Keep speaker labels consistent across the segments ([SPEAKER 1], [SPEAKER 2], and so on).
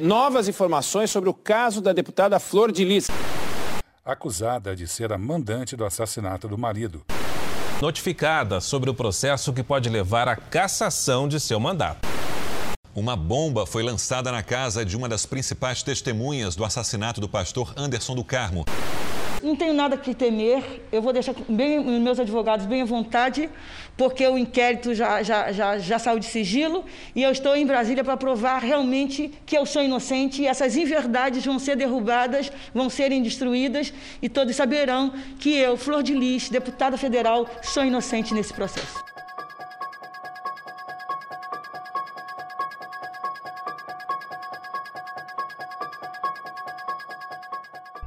[SPEAKER 1] novas informações sobre o caso da deputada Flor de Lis.
[SPEAKER 2] Acusada de ser a mandante do assassinato do marido.
[SPEAKER 3] Notificada sobre o processo que pode levar à cassação de seu mandato.
[SPEAKER 4] Uma bomba foi lançada na casa de uma das principais testemunhas do assassinato do pastor Anderson do Carmo.
[SPEAKER 5] Não tenho nada que temer, eu vou deixar bem, meus advogados bem à vontade, porque o inquérito já, já, já, já saiu de sigilo e eu estou em Brasília para provar realmente que eu sou inocente e essas inverdades vão ser derrubadas, vão serem destruídas e todos saberão que eu, Flor de Lis, deputada federal, sou inocente nesse processo.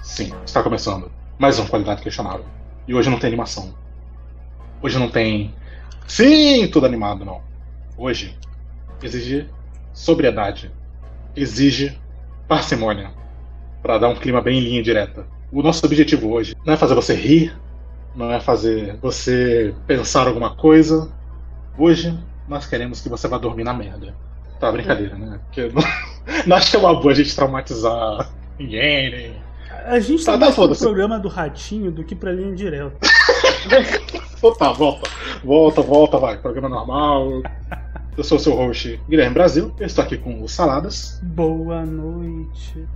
[SPEAKER 6] Sim, está começando mais um Qualidade Questionável. E hoje não tem animação. Hoje não tem. Sim, tudo animado, não. Hoje exige sobriedade. Exige parcimônia. Para dar um clima bem em linha direta. O nosso objetivo hoje não é fazer você rir, não é fazer você pensar alguma coisa. Hoje nós queremos que você vá dormir na merda. Tá, brincadeira, né? Porque não, não acho que é uma boa a gente traumatizar ninguém, nem
[SPEAKER 7] a gente tá,
[SPEAKER 6] Tá,
[SPEAKER 7] mais
[SPEAKER 6] tá,
[SPEAKER 7] pro
[SPEAKER 6] foda-se.
[SPEAKER 7] programa do ratinho do que pra linha direta.
[SPEAKER 6] Então tá, volta. Volta, volta, vai. Programa normal. Eu sou o seu host Guilherme Brasil. Eu estou aqui com o Saladas.
[SPEAKER 7] Boa noite.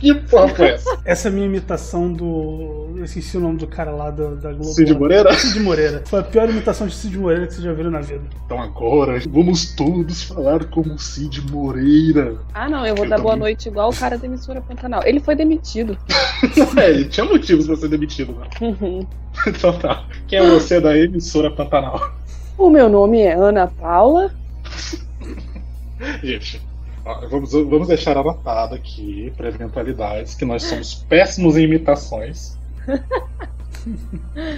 [SPEAKER 6] Que porra foi essa?
[SPEAKER 7] Essa é minha imitação do. Eu esqueci o nome do cara lá da, da Globo.
[SPEAKER 6] Cid Moreira?
[SPEAKER 7] Cid Moreira. Foi a pior imitação de Cid Moreira que vocês já viram na vida.
[SPEAKER 6] Então agora vamos todos falar como Cid Moreira.
[SPEAKER 8] Ah, não, eu vou
[SPEAKER 6] Eu
[SPEAKER 8] dar boa
[SPEAKER 6] também.
[SPEAKER 8] noite igual o cara da emissora Pantanal. Ele foi demitido.
[SPEAKER 6] É, ele tinha motivos pra ser demitido, né? Então tá. Quem é você da emissora Pantanal?
[SPEAKER 8] o meu nome é Ana Paula.
[SPEAKER 6] Gente. ó, Vamos, vamos deixar anotado aqui, para eventualidades, que nós somos péssimos em imitações.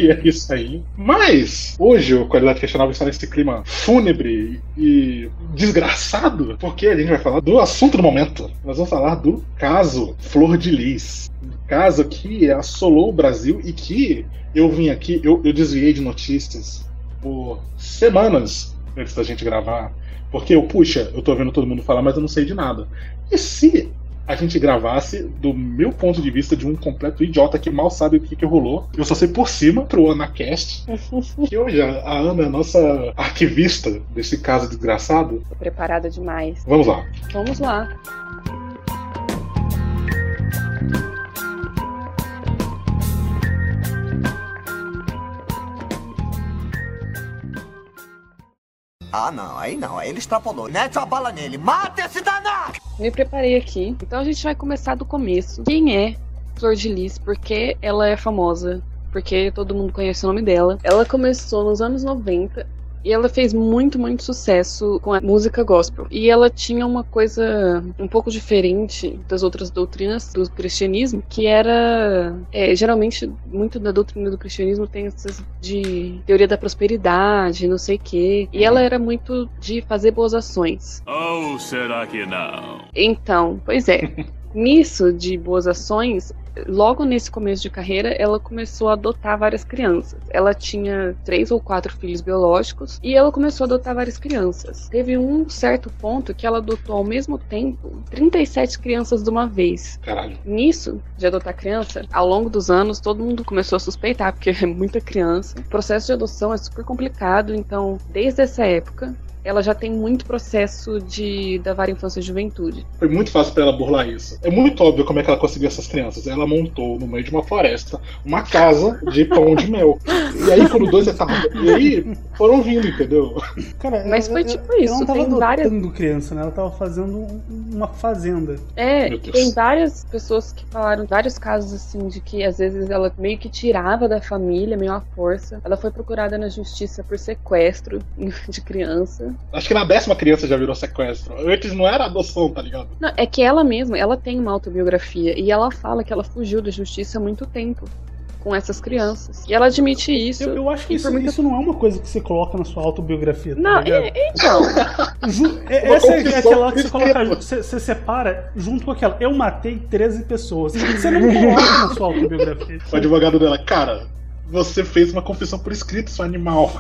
[SPEAKER 6] E é isso aí. Mas hoje o Qualidade Questionável está nesse clima fúnebre e desgraçado, porque a gente vai falar do assunto do momento. Nós vamos falar do caso Flor de Lis. Um caso que assolou o Brasil e que eu vim aqui, eu, eu desviei de notícias por semanas antes da gente gravar. Porque eu, puxa, eu tô vendo todo mundo falar, mas eu não sei de nada. E se a gente gravasse do meu ponto de vista de um completo idiota que mal sabe o que, que rolou. Eu só sei por cima pro AnaCast, que hoje a a Ana é nossa arquivista desse caso desgraçado.
[SPEAKER 8] Tô preparada demais.
[SPEAKER 6] Vamos lá.
[SPEAKER 8] Vamos lá.
[SPEAKER 9] Ah, não, aí não, aí ele extrapolou. Mete a bala nele, mata esse danado!
[SPEAKER 8] Me preparei aqui. Então a gente vai começar do começo. Quem é Flor de Lis? Por que ela é famosa? Porque todo mundo conhece o nome dela. Ela começou nos anos 90 e ela fez muito, muito sucesso com a música gospel. E ela tinha uma coisa um pouco diferente das outras doutrinas do cristianismo, que era. é, geralmente, muito da doutrina do cristianismo tem essas de teoria da prosperidade, não sei o quê. E ela era muito de fazer boas ações.
[SPEAKER 10] Ou será que não?
[SPEAKER 8] Então, pois é. Nisso de boas ações, logo nesse começo de carreira, ela começou a adotar várias crianças. Ela tinha três ou quatro filhos biológicos e ela começou a adotar várias crianças. Teve um certo ponto que ela adotou ao mesmo tempo 37 crianças de uma vez.
[SPEAKER 6] Caralho.
[SPEAKER 8] Nisso de adotar criança, ao longo dos anos, todo mundo começou a suspeitar, porque é muita criança. O processo de adoção é super complicado, então, desde essa época, ela já tem muito processo de da vara infância e juventude.
[SPEAKER 6] Foi muito fácil pra ela burlar isso. É muito óbvio como é que ela conseguiu essas crianças. Ela montou no meio de uma floresta uma casa de pão de mel. E aí foram dois etapas. E aí foram vindo, entendeu?
[SPEAKER 7] Cara,
[SPEAKER 8] Mas
[SPEAKER 7] ela-
[SPEAKER 8] foi
[SPEAKER 7] ela-
[SPEAKER 8] tipo
[SPEAKER 7] Ela
[SPEAKER 8] isso,
[SPEAKER 7] não tava
[SPEAKER 8] tem várias-
[SPEAKER 7] adotando criança, né? Ela tava fazendo um- uma fazenda.
[SPEAKER 8] É,
[SPEAKER 6] Meu Deus.
[SPEAKER 8] tem várias pessoas que falaram, vários casos assim, de que às vezes ela meio que tirava da família, meio à força. Ela foi procurada na justiça por sequestro de criança.
[SPEAKER 6] Acho que na décima criança já virou sequestro. Antes não era adoção, tá ligado?
[SPEAKER 8] Não, é que ela mesma, ela tem uma autobiografia e ela fala que ela fugiu da justiça há muito tempo com essas crianças. E ela admite isso.
[SPEAKER 7] Eu, eu acho que
[SPEAKER 8] E
[SPEAKER 7] isso,
[SPEAKER 8] por muita-
[SPEAKER 7] isso não é uma coisa que você coloca na sua autobiografia.
[SPEAKER 6] um
[SPEAKER 7] Tá
[SPEAKER 8] Não,
[SPEAKER 7] ligado?
[SPEAKER 8] é- então,
[SPEAKER 7] Ju- é-
[SPEAKER 6] Uma
[SPEAKER 7] essa é
[SPEAKER 6] confissão
[SPEAKER 7] aquela que você
[SPEAKER 6] escrita.
[SPEAKER 7] coloca, você, você separa junto com aquela. Eu matei 13 pessoas. Você não coloca na sua autobiografia.
[SPEAKER 6] O advogado dela, cara, você fez uma confissão por escrito, seu animal.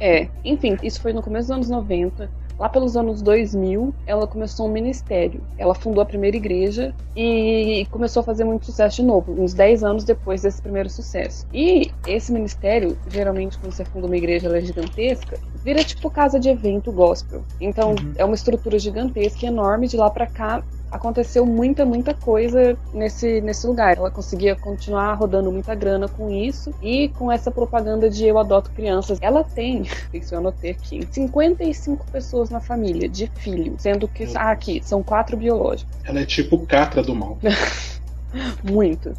[SPEAKER 8] É, enfim, isso foi no começo dos anos 90. Lá pelos anos 2000, ela começou um ministério. Ela fundou a primeira igreja e começou a fazer muito sucesso de novo, uns 10 anos depois desse primeiro sucesso. E esse ministério, geralmente quando você funda uma igreja, ela é gigantesca, vira tipo casa de evento gospel. Então, é uma estrutura gigantesca e enorme, de lá pra cá aconteceu muita, muita coisa nesse, nesse lugar. Ela conseguia continuar rodando muita grana com isso e com essa propaganda de eu adoto crianças. Ela tem, isso eu anotei aqui, 55 pessoas na família de filho, sendo que, ah, aqui, são quatro biológicos.
[SPEAKER 6] Ela é tipo Catra do mal.
[SPEAKER 8] Muito.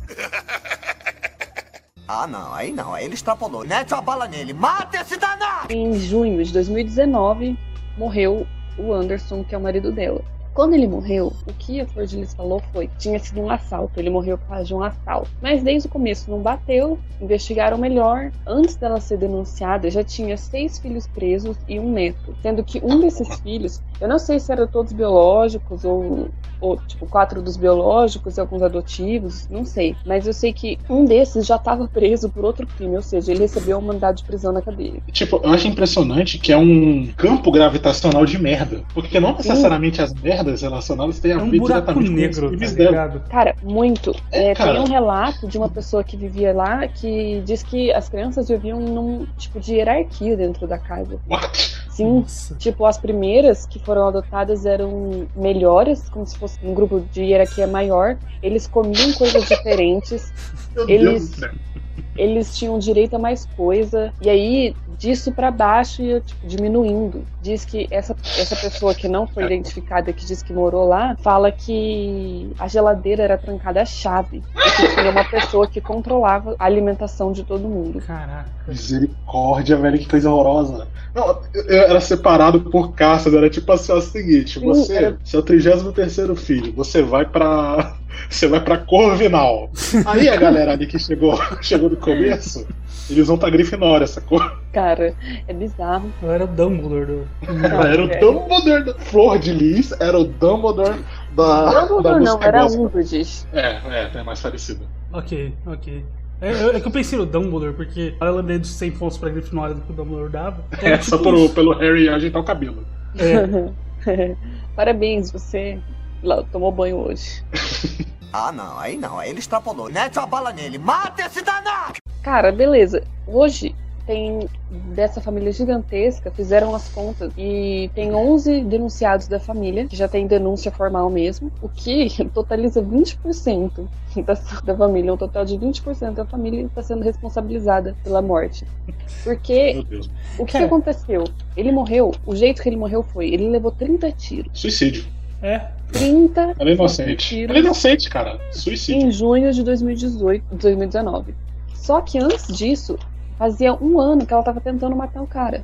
[SPEAKER 9] Ah, não, aí não, aí ele extrapolou. Mete uma bala nele, mata esse danado!
[SPEAKER 8] Em junho de 2019, morreu o Anderson, que é o marido dela. Quando ele morreu, o que a Flor de Lis falou foi que tinha sido um assalto, ele morreu por causa de um assalto. Mas desde o começo não bateu, investigaram melhor. Antes dela ser denunciada, já tinha seis filhos presos e um neto. Sendo que um desses filhos, eu não sei se eram todos biológicos ou, ou tipo, quatro dos biológicos e alguns adotivos, não sei. Mas eu sei que um desses já estava preso por outro crime, ou seja, ele recebeu um mandado de prisão na cadeia.
[SPEAKER 6] Tipo, eu acho impressionante que é um campo gravitacional de merda. Porque não necessariamente as merdas relacionadas têm a
[SPEAKER 7] É
[SPEAKER 6] ver
[SPEAKER 7] um buraco
[SPEAKER 6] diretamente com os
[SPEAKER 7] negro, tá
[SPEAKER 6] crimes dela.
[SPEAKER 7] ligado?
[SPEAKER 8] Cara, muito. É,
[SPEAKER 6] cara.
[SPEAKER 8] Tem um relato de uma pessoa que vivia lá que diz que as crianças viviam num tipo de hierarquia dentro da casa.
[SPEAKER 6] What?
[SPEAKER 8] Sim.
[SPEAKER 7] Nossa.
[SPEAKER 8] Tipo, as primeiras que foram adotadas eram melhores, como se fosse um grupo de hierarquia maior. Eles comiam coisas diferentes,
[SPEAKER 6] Meu
[SPEAKER 8] Eles-
[SPEAKER 6] Deus do céu.
[SPEAKER 8] eles tinham direito a mais coisa. E aí, disso pra baixo ia tipo, diminuindo. Diz que essa, essa pessoa que não
[SPEAKER 6] É.
[SPEAKER 8] foi identificada, que diz que morou lá, fala que a geladeira era trancada à chave. E que tinha uma pessoa que controlava a alimentação de todo mundo.
[SPEAKER 7] Caraca.
[SPEAKER 6] Misericórdia, velho, que coisa horrorosa. Não, eu- eu era separado por caças, era tipo assim, ó, o seguinte,
[SPEAKER 8] Sim,
[SPEAKER 6] você,
[SPEAKER 8] era-
[SPEAKER 6] seu 33 filho, você vai pra. Você vai pra Corvinal. Aí a galera ali que chegou, chegou no começo, eles vão pra Grifinória, essa cor.
[SPEAKER 8] Cara, é bizarro. É.
[SPEAKER 7] Ela era o Dumbledore do.
[SPEAKER 6] Era o
[SPEAKER 8] velho.
[SPEAKER 6] Dumbledore da Flor de Lis, era o Dumbledore da. da
[SPEAKER 8] Dumbledore não,
[SPEAKER 6] música
[SPEAKER 8] era um,
[SPEAKER 6] gospel.
[SPEAKER 8] Umbridge.
[SPEAKER 6] É, é, é mais parecido.
[SPEAKER 7] Ok, ok. É, eu- é que eu pensei no Dumbledore, porque eu lembrei dos 100 pontos pra Grifinória do que o Dumbledore dava. tipo
[SPEAKER 6] É,
[SPEAKER 8] tipo
[SPEAKER 6] só pelo, pelo Harry ajeitar o cabelo.
[SPEAKER 7] É,
[SPEAKER 8] Parabéns, você lá, tomou banho hoje.
[SPEAKER 9] Ah, não, aí não, aí ele extrapolou. Mete uma bala nele, mata esse danado!
[SPEAKER 8] Cara, beleza. Hoje tem dessa família gigantesca, fizeram as contas e tem 11 denunciados da família, que já tem denúncia formal mesmo, o que totaliza 20% da, da família, um total de 20% da família está sendo responsabilizada pela morte. Porque
[SPEAKER 6] Meu Deus.
[SPEAKER 8] o que, que
[SPEAKER 7] Cara.
[SPEAKER 8] aconteceu? Ele morreu, o jeito que ele morreu foi, ele levou 30 tiros.
[SPEAKER 6] Suicídio.
[SPEAKER 7] é.
[SPEAKER 8] 30
[SPEAKER 6] Ela é inocente.
[SPEAKER 8] tiros
[SPEAKER 6] Ela é inocente, cara. Suicídio.
[SPEAKER 8] em junho de 2018, 2019. Só que antes disso, fazia um ano que ela tava tentando matar o cara.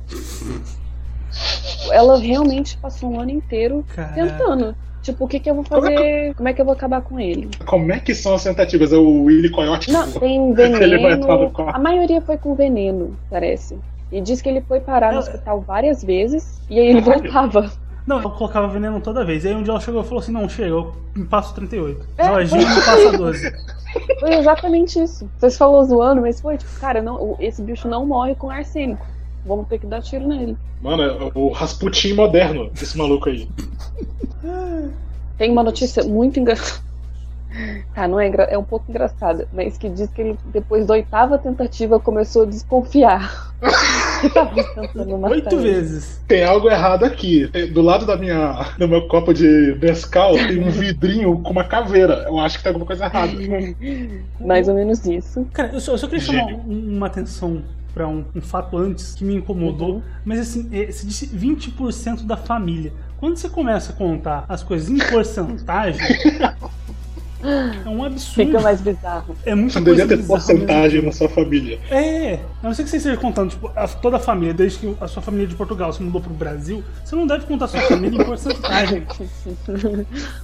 [SPEAKER 8] Ela realmente passou um ano inteiro
[SPEAKER 7] Caraca.
[SPEAKER 8] tentando. Tipo, o que que eu vou
[SPEAKER 6] Como é que-
[SPEAKER 8] fazer? Como é que eu vou acabar com ele?
[SPEAKER 6] Como é que são as tentativas? É o Willy Coyote?
[SPEAKER 8] Não, tem
[SPEAKER 6] é Ele vai entrar no
[SPEAKER 8] veneno.
[SPEAKER 6] carro.
[SPEAKER 8] A maioria foi com veneno, parece. E diz que ele foi parar no
[SPEAKER 7] Ela-
[SPEAKER 8] hospital várias vezes e aí ele voltava.
[SPEAKER 7] Não, eu colocava veneno toda vez. Aí um dia ela chegou e falou assim: não, chega, eu me passo 38.
[SPEAKER 8] É,
[SPEAKER 7] Ela agiu e
[SPEAKER 8] foi-
[SPEAKER 7] passa 12.
[SPEAKER 8] Foi exatamente isso. Vocês falou zoando, mas foi tipo, cara, não, o- esse bicho não morre com arsênico. Vamos ter que dar tiro nele.
[SPEAKER 6] Mano, é o Rasputin moderno, esse maluco aí.
[SPEAKER 8] Tem uma notícia muito engraçada. Tá, não é, engra- é um pouco engraçada, mas que diz que ele, depois da oitava tentativa, começou a desconfiar. que tava tentando matar
[SPEAKER 7] Oito
[SPEAKER 8] ele.
[SPEAKER 7] vezes.
[SPEAKER 6] Tem algo errado aqui. Tem- Do lado da minha, do meu copo de Nescau tem um vidrinho com uma caveira. Eu acho que tem alguma coisa errada.
[SPEAKER 8] Mais ou menos isso.
[SPEAKER 7] Cara, eu só, eu só queria chamar um- uma atenção pra um, um fato antes que me incomodou.
[SPEAKER 8] Uhum.
[SPEAKER 7] Mas assim, é, você disse 20% da família. Quando você começa a contar as coisas em porcentagem, é um absurdo.
[SPEAKER 8] Fica mais bizarro.
[SPEAKER 7] É muita
[SPEAKER 6] Você
[SPEAKER 7] coisa
[SPEAKER 6] deveria ter
[SPEAKER 7] bizarra
[SPEAKER 6] porcentagem na sua família.
[SPEAKER 7] mesmo. É, a não ser que você esteja contando, tipo, a- toda a família, desde que a sua família é de Portugal se mudou pro Brasil, você não deve contar a sua família em porcentagem.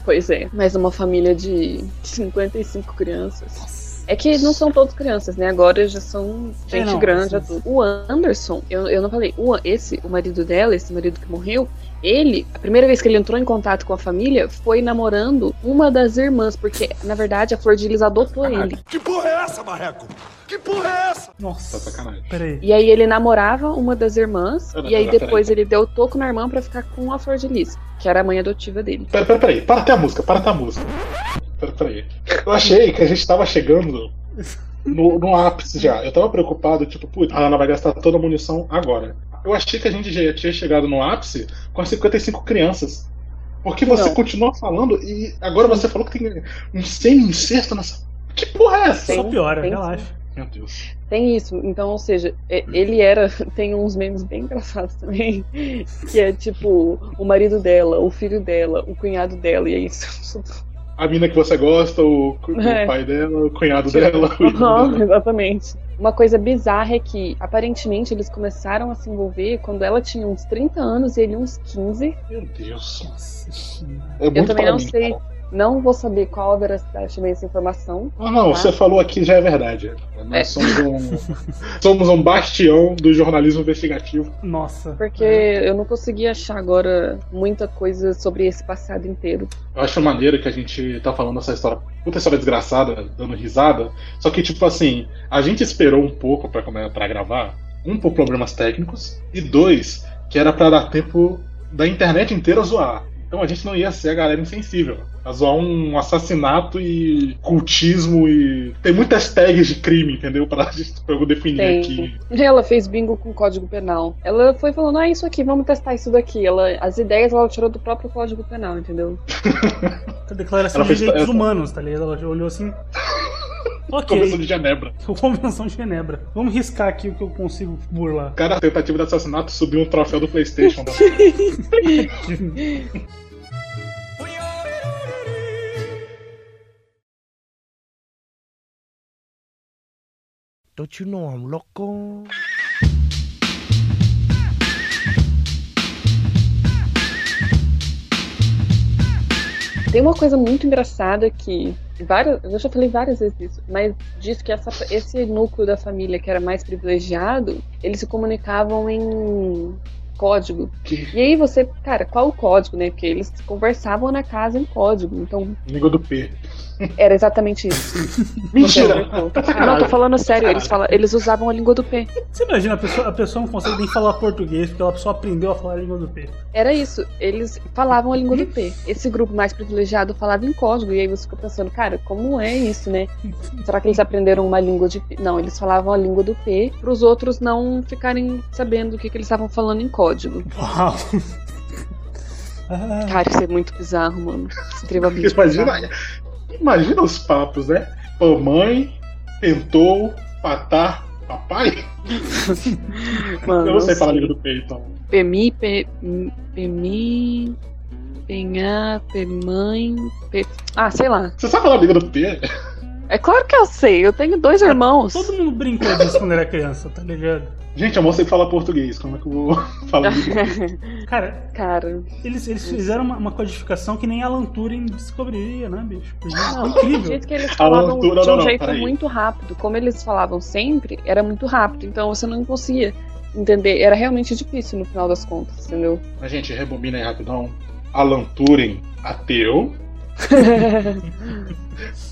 [SPEAKER 8] Pois é. Mais uma família de 55 crianças. É que não são todos crianças, né? Agora já são
[SPEAKER 7] É,
[SPEAKER 8] gente
[SPEAKER 7] não,
[SPEAKER 8] grande,
[SPEAKER 7] sim.
[SPEAKER 8] adulto. O Anderson, eu, eu não falei, o, esse, o marido dela, esse marido que morreu, ele, a primeira vez que ele entrou em contato com a família foi
[SPEAKER 7] Ah,
[SPEAKER 8] namorando uma das irmãs, porque na verdade a Flor de Lis adotou ele.
[SPEAKER 10] Que porra é essa, Marreco? Que porra é essa?
[SPEAKER 6] Tá
[SPEAKER 7] Nossa,
[SPEAKER 6] sacanagem.
[SPEAKER 7] peraí.
[SPEAKER 8] E aí ele namorava uma das irmãs,
[SPEAKER 7] Ah,
[SPEAKER 6] Pera,
[SPEAKER 8] e
[SPEAKER 7] tá,
[SPEAKER 8] aí
[SPEAKER 6] pera,
[SPEAKER 8] depois
[SPEAKER 6] pera.
[SPEAKER 8] ele deu toco na irmã pra ficar com a Flor de Lis, que era a mãe adotiva dele.
[SPEAKER 6] Pera, pera, peraí. Para até a música, para até a música. Pera, peraí. Eu achei que a gente tava chegando no, no ápice já. Eu tava preocupado, tipo, putz, a Ana vai gastar toda a munição agora. Eu achei que a gente já tinha chegado no ápice com as 55 crianças. Porque você
[SPEAKER 8] Não.
[SPEAKER 6] continua falando e agora você falou que tem um semi-incesto nessa. Que porra é essa?
[SPEAKER 8] Tem.
[SPEAKER 7] Só piora,
[SPEAKER 8] tem
[SPEAKER 7] relaxa.
[SPEAKER 6] Meu Deus.
[SPEAKER 8] Tem isso, então, ou seja, e- ele era. Tem uns memes bem engraçados também, que é tipo o marido dela, o filho dela, o cunhado dela, e é isso.
[SPEAKER 6] A mina que você gosta, o, cu-
[SPEAKER 8] É.
[SPEAKER 6] o pai dela, o cunhado dela, o irmão
[SPEAKER 8] Aham,
[SPEAKER 6] dela.
[SPEAKER 8] exatamente. Uma coisa bizarra é que, aparentemente, eles começaram a se envolver quando ela tinha uns 30 anos e ele uns 15.
[SPEAKER 6] Meu Deus.
[SPEAKER 7] Nossa,
[SPEAKER 6] É muito
[SPEAKER 8] Eu também
[SPEAKER 6] pra
[SPEAKER 8] não
[SPEAKER 6] mim,
[SPEAKER 8] sei,
[SPEAKER 6] cara.
[SPEAKER 8] não vou saber qual a veracidade dessa informação.
[SPEAKER 6] Ah, não,
[SPEAKER 8] Tá.
[SPEAKER 6] você falou aqui já é verdade. Nós
[SPEAKER 8] É.
[SPEAKER 6] somos, um, somos um bastião do jornalismo investigativo.
[SPEAKER 7] Nossa. É.
[SPEAKER 8] Porque eu não consegui achar agora muita coisa sobre esse passado inteiro.
[SPEAKER 6] Eu acho maneiro que a gente tá falando essa história, puta história desgraçada, dando risada. Só que, tipo assim, a gente esperou um pouco pra, come- pra gravar. Um, por problemas técnicos. E dois, que era pra dar tempo da internet inteira zoar. Então a gente não ia ser a galera insensível. A zoar um assassinato e cultismo e. Tem muitas tags de crime, entendeu? Pra, gente- pra eu definir
[SPEAKER 8] Tem.
[SPEAKER 6] aqui.
[SPEAKER 8] Ela fez bingo com código penal. Ela foi falando, ah, isso aqui, vamos testar isso daqui. Ela, as ideias ela tirou do próprio código penal, entendeu?
[SPEAKER 7] A declaração
[SPEAKER 6] Ela
[SPEAKER 7] de
[SPEAKER 6] fez-
[SPEAKER 7] assim, direitos
[SPEAKER 6] ela-
[SPEAKER 7] humanos, tá ligado? Ela olhou assim.
[SPEAKER 6] Convenção
[SPEAKER 7] ok,
[SPEAKER 6] de Genebra.
[SPEAKER 7] Convenção de Genebra. Vamos riscar aqui o que eu consigo burlar.
[SPEAKER 6] Cada tentativa de assassinato subiu um troféu do PlayStation.
[SPEAKER 11] Don't you know I'm loco?
[SPEAKER 8] Tem uma coisa muito engraçada que. Várias, eu já falei várias vezes isso, mas diz que essa- esse núcleo da família que era mais privilegiado, eles se comunicavam em código.
[SPEAKER 6] Que
[SPEAKER 8] E aí você, cara, qual o código, né? Porque eles conversavam na casa em código. Então
[SPEAKER 6] língua do P.
[SPEAKER 8] era exatamente isso.
[SPEAKER 6] Mentira!
[SPEAKER 8] Ah, não, tô falando sério, eles, fala- eles usavam a língua do P.
[SPEAKER 7] Você imagina, a pessoa, a pessoa não consegue nem falar português porque ela só aprendeu a falar a língua do P.
[SPEAKER 8] Era isso, eles falavam a língua do P. Esse grupo mais privilegiado falava em código, e aí você fica pensando, cara, como é isso, né? Será que eles aprenderam uma língua de P? Não, eles falavam a língua do P para os outros não ficarem sabendo o que, que eles estavam falando em código.
[SPEAKER 7] Uau! Ah,
[SPEAKER 8] Cara, isso é muito bizarro, mano. Extremamente bizarro.
[SPEAKER 6] Imagina, imagina os papos, né? Mamãe tentou matar papai?
[SPEAKER 8] Mano,
[SPEAKER 6] eu não sei falar
[SPEAKER 8] sei.
[SPEAKER 6] língua do P, então.
[SPEAKER 8] Pemi, pe, m- Pemi, Penhá, Pemãe, pe... Ah, sei lá.
[SPEAKER 6] Você sabe falar língua do P?
[SPEAKER 8] É claro que eu sei, eu tenho dois irmãos.
[SPEAKER 7] todo mundo brincou disso quando era criança, tá ligado?
[SPEAKER 6] Gente, eu não sei falar português. Como é que eu vou falar língua do P?
[SPEAKER 7] Cara,
[SPEAKER 8] Cara,
[SPEAKER 7] eles, eles fizeram uma, uma codificação que nem Alan Turing descobriria, né, bicho?
[SPEAKER 8] Não, o
[SPEAKER 7] Incrível.
[SPEAKER 8] jeito que eles
[SPEAKER 6] A
[SPEAKER 8] falavam
[SPEAKER 6] altura-
[SPEAKER 8] de um
[SPEAKER 6] não, não,
[SPEAKER 8] jeito
[SPEAKER 6] peraí.
[SPEAKER 8] muito rápido. Como eles falavam sempre, era muito rápido. Então você não conseguia entender. Era realmente difícil no final das contas, entendeu?
[SPEAKER 6] Mas, gente, rebobina aí rapidão. Alan Turing, ateu,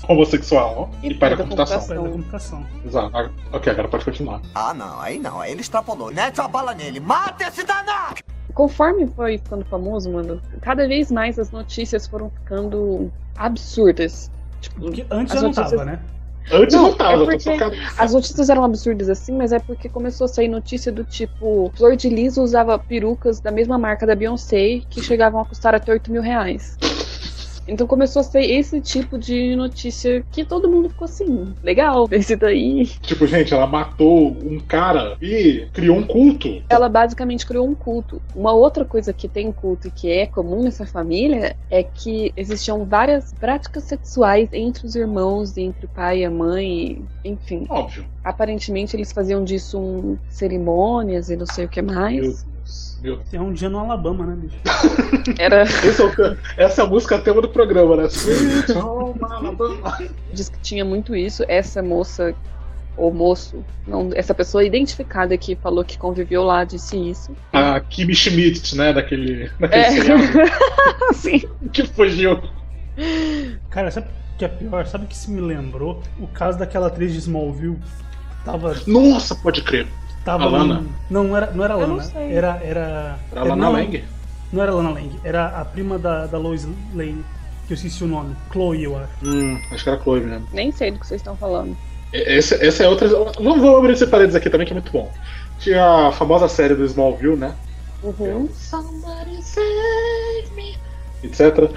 [SPEAKER 6] homossexual e, pai da computação.
[SPEAKER 7] Pai da computação.
[SPEAKER 6] Exato. Ah, Ok, agora pode continuar.
[SPEAKER 9] Ah, não, aí não, aí ele extrapolou. Mete uma bala nele, mata esse danado!
[SPEAKER 8] Conforme foi ficando famoso, mano, cada vez mais as notícias foram ficando absurdas. Tipo,
[SPEAKER 7] Porque antes
[SPEAKER 8] As
[SPEAKER 7] já não
[SPEAKER 8] notícias-
[SPEAKER 7] tava, né?
[SPEAKER 6] Antes
[SPEAKER 8] Não,
[SPEAKER 6] não, tava,
[SPEAKER 8] é
[SPEAKER 6] eu
[SPEAKER 8] porque-
[SPEAKER 6] tô sacado.
[SPEAKER 8] As notícias eram absurdas assim, mas é porque começou a sair notícia do tipo: Flor de Lis usava perucas da mesma marca da Beyoncé que chegavam a custar até 8 mil reais. Então começou a ser esse tipo de notícia que todo mundo ficou assim: legal, esse daí.
[SPEAKER 6] Tipo, gente, ela matou um cara e criou um culto.
[SPEAKER 8] Ela basicamente criou um culto. Uma outra coisa que tem culto e que é comum nessa família é que existiam várias práticas sexuais entre os irmãos, entre o pai e a mãe, enfim.
[SPEAKER 6] Óbvio.
[SPEAKER 8] Aparentemente eles faziam disso um, cerimônias e não sei o que
[SPEAKER 6] Meu
[SPEAKER 8] mais.
[SPEAKER 6] Deus. Meu Deus.
[SPEAKER 7] Tem um dia no Alabama, né, bicho?
[SPEAKER 8] Era
[SPEAKER 6] Esse é o can- essa é a música tema do programa, né? Sweet Home Alabama.
[SPEAKER 8] diz que tinha muito isso. Essa moça ou moço, não, essa pessoa identificada que falou que conviveu lá disse isso.
[SPEAKER 6] A Kimi Schmidt, né? Daquele, daquele
[SPEAKER 8] É.
[SPEAKER 6] seriado
[SPEAKER 8] Assim,
[SPEAKER 6] que fugiu.
[SPEAKER 7] Cara, sabe o que é pior? Sabe o que se me lembrou? O caso daquela atriz de Smallville. Tava.
[SPEAKER 6] Nossa, pode crer.
[SPEAKER 7] tava
[SPEAKER 6] A Lana.
[SPEAKER 7] num- Não, era, não era
[SPEAKER 8] Eu
[SPEAKER 7] Lana.
[SPEAKER 8] não sei.
[SPEAKER 7] Era. Era,
[SPEAKER 6] Era Lana
[SPEAKER 7] não,
[SPEAKER 6] Lang?
[SPEAKER 7] Não era Lana Lang, era a prima da, da Lois Lane, que eu esqueci o nome. Chloe, eu acho.
[SPEAKER 6] Hum, acho que era Chloe mesmo.
[SPEAKER 8] Nem sei do que vocês estão falando.
[SPEAKER 6] Essa, essa é outra. Vamos, vamos abrir esse parênteses aqui também, que é muito bom. Tinha a famosa série do Smallville, né?
[SPEAKER 8] Uhum.
[SPEAKER 6] Etc.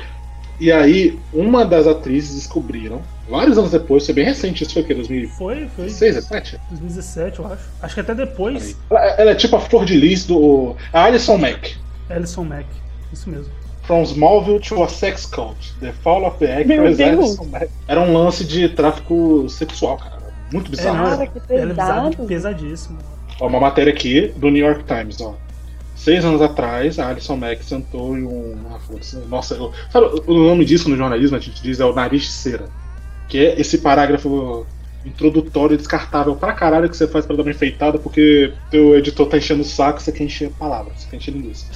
[SPEAKER 6] E aí, uma das atrizes descobriram, vários anos depois, isso é bem recente, isso foi o quê? 2006,
[SPEAKER 7] Foi, foi.
[SPEAKER 6] 2017?
[SPEAKER 7] 2017, eu acho. Acho que até depois,
[SPEAKER 6] é Ela, ela é tipo a flor de lis do. A Alison Mack.
[SPEAKER 7] Alison Mack. Isso mesmo.
[SPEAKER 6] From Smallville to a Sex Cult. The Fall of the
[SPEAKER 8] Meu
[SPEAKER 6] Actress
[SPEAKER 8] Deus.
[SPEAKER 6] Alison Mack. Era um lance de tráfico sexual, cara. Muito
[SPEAKER 7] É, não,
[SPEAKER 6] bizarro.
[SPEAKER 8] Cara,
[SPEAKER 7] era-
[SPEAKER 8] que
[SPEAKER 7] Ela é bizarra,
[SPEAKER 8] pesado.
[SPEAKER 7] pesadíssimo.
[SPEAKER 6] Ó, uma matéria aqui do New York Times, ó. Seis anos atrás, a Alison Mack sentou em um. ah, foda-se. Nossa, eu- sabe o nome disso no jornalismo, a gente diz, é o nariz de cera. Que é esse parágrafo introdutório descartável pra caralho que você faz pra dar uma enfeitada, porque teu editor tá enchendo o saco, você quer encher palavras, você quer encher linguiça.